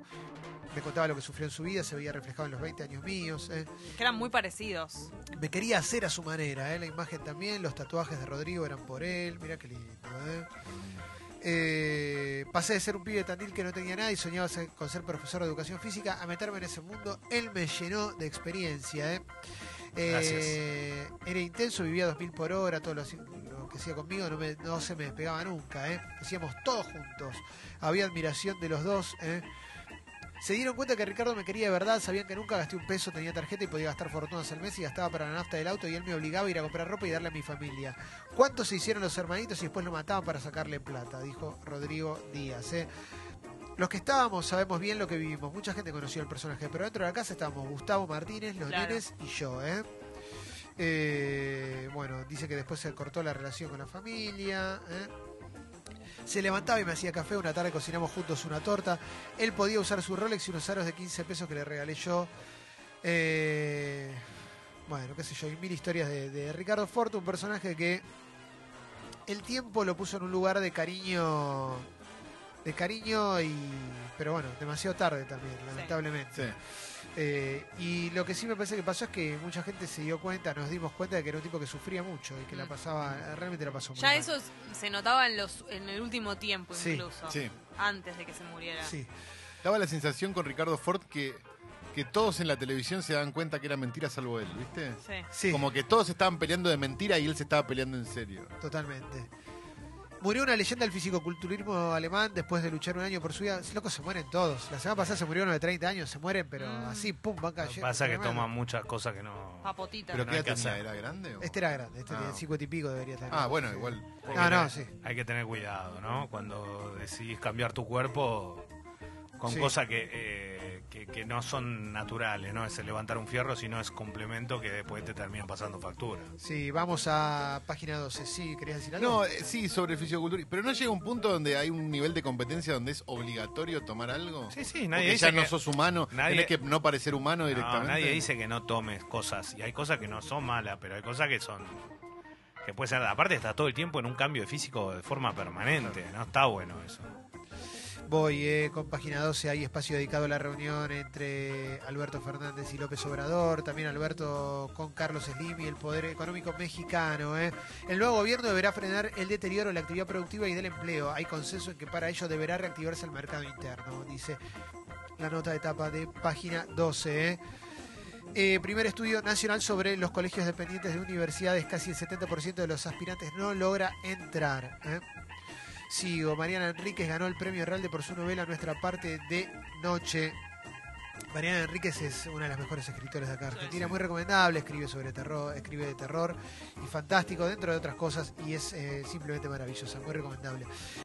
Speaker 7: me contaba lo que sufrió en su vida, se veía reflejado en los 20 años míos. ¿eh?
Speaker 6: Que eran muy parecidos.
Speaker 7: Me quería hacer a su manera, ¿eh? la imagen también, los tatuajes de Rodrigo eran por él, mirá qué lindo. ¿eh? Eh, pasé de ser un pibe de Tandil que no tenía nada y soñaba ser- con ser profesor de educación física a meterme en ese mundo. Él me llenó de experiencia. ¿eh? Eh, Era intenso, vivía 2000 por hora, todo lo, lo que hacía conmigo no, me- no se me despegaba nunca. ¿eh? Hacíamos todos juntos. Había admiración de los dos. ¿eh? Se dieron cuenta que Ricardo me quería de verdad, sabían que nunca gasté un peso, tenía tarjeta y podía gastar fortunas al mes y gastaba para la nafta del auto y él me obligaba a ir a comprar ropa y darle a mi familia. ¿Cuántos se hicieron los hermanitos y después lo mataban para sacarle plata? Dijo Rodrigo Díaz. ¿eh? Los que estábamos sabemos bien lo que vivimos. Mucha gente conoció el personaje, pero dentro de la casa estábamos Gustavo Martínez, los
Speaker 6: Claro.
Speaker 7: nenes y yo. ¿eh? Eh, bueno, dice que después se cortó la relación con la familia. ¿eh? Se levantaba y me hacía café. Una tarde cocinamos juntos una torta. Él podía usar su Rolex y unos aros de 15 pesos que le regalé yo. Eh, bueno, qué sé yo, y mil historias de, de Ricardo Forte, un personaje que el tiempo lo puso en un lugar de cariño, de cariño y, pero bueno, demasiado tarde también, lamentablemente.
Speaker 8: Sí.
Speaker 7: Eh, y lo que sí me parece que pasó es que mucha gente se dio cuenta, nos dimos cuenta de que era un tipo que sufría mucho y que la pasaba, realmente la pasó muy
Speaker 6: Mm. Ya
Speaker 7: mal.
Speaker 6: eso se notaba en, los, en el último tiempo
Speaker 8: Sí,
Speaker 6: incluso.
Speaker 8: sí.
Speaker 6: Antes de que se muriera.
Speaker 8: Daba la sensación con Ricardo Ford que, que todos en la televisión se dan cuenta que era mentira salvo él, ¿viste?
Speaker 6: Sí.
Speaker 8: Como que todos estaban peleando de mentira y él se estaba peleando en serio.
Speaker 7: Totalmente. Murió una leyenda del fisicoculturismo alemán después de luchar un año por su vida. Loco, se mueren todos. La semana pasada se murió uno de 30 años, se mueren, pero así, pum, van cayendo.
Speaker 5: Pasa que
Speaker 7: Tremendo.
Speaker 5: toma muchas cosas que
Speaker 6: Ah,
Speaker 5: no.
Speaker 6: Papotita.
Speaker 8: ¿Pero
Speaker 5: No
Speaker 8: qué
Speaker 5: hay
Speaker 8: edad
Speaker 5: que
Speaker 8: tenía?
Speaker 5: hacer.
Speaker 8: ¿Era grande? o?
Speaker 7: Este era grande, este
Speaker 8: Ah.
Speaker 7: tenía 50 y pico debería tener.
Speaker 8: Ah, bueno,
Speaker 7: Sí.
Speaker 8: igual.
Speaker 5: Hay
Speaker 7: No,
Speaker 5: que
Speaker 7: no,
Speaker 5: tener-
Speaker 7: sí.
Speaker 5: Hay que tener cuidado, ¿no? Cuando decidís cambiar tu cuerpo con
Speaker 7: Sí.
Speaker 5: cosas que, eh, que, que no son naturales, no es el levantar un fierro, sino es complemento que después te terminan pasando factura.
Speaker 7: Sí, vamos a página 12. Sí, ¿querías decir algo?
Speaker 8: No, eh, sí, sobre fisioculturismo. Pero no llega un punto donde hay un nivel de competencia donde es obligatorio tomar algo.
Speaker 5: Sí, sí, nadie
Speaker 8: Porque
Speaker 5: dice
Speaker 8: ya no
Speaker 5: que-
Speaker 8: sos humano,
Speaker 5: nadie-
Speaker 8: tenés que no parecer humano directamente.
Speaker 5: No, nadie dice que no tomes cosas. Y hay cosas que no son malas, pero hay cosas que son. que puede ser. Aparte, está todo el tiempo en un cambio de físico de forma permanente. No está bueno eso.
Speaker 7: Voy eh, con página 12, hay espacio dedicado a la reunión entre Alberto Fernández y López Obrador, también Alberto con Carlos Slim y el Poder Económico Mexicano. ¿eh? El nuevo gobierno deberá frenar el deterioro de la actividad productiva y del empleo. Hay consenso en que para ello deberá reactivarse el mercado interno, dice la nota de etapa de página 12. ¿eh? Eh, primer estudio nacional sobre los colegios dependientes de universidades, casi el 70% de los aspirantes no logra entrar. ¿eh? Sigo, Mariana Enríquez ganó el premio Herralde por su novela Nuestra parte de noche. Mariana Enríquez es una de las mejores escritoras de acá de Argentina, muy recomendable, escribe sobre terror, escribe de terror y fantástico, dentro de otras cosas, y es eh, simplemente maravillosa, muy recomendable.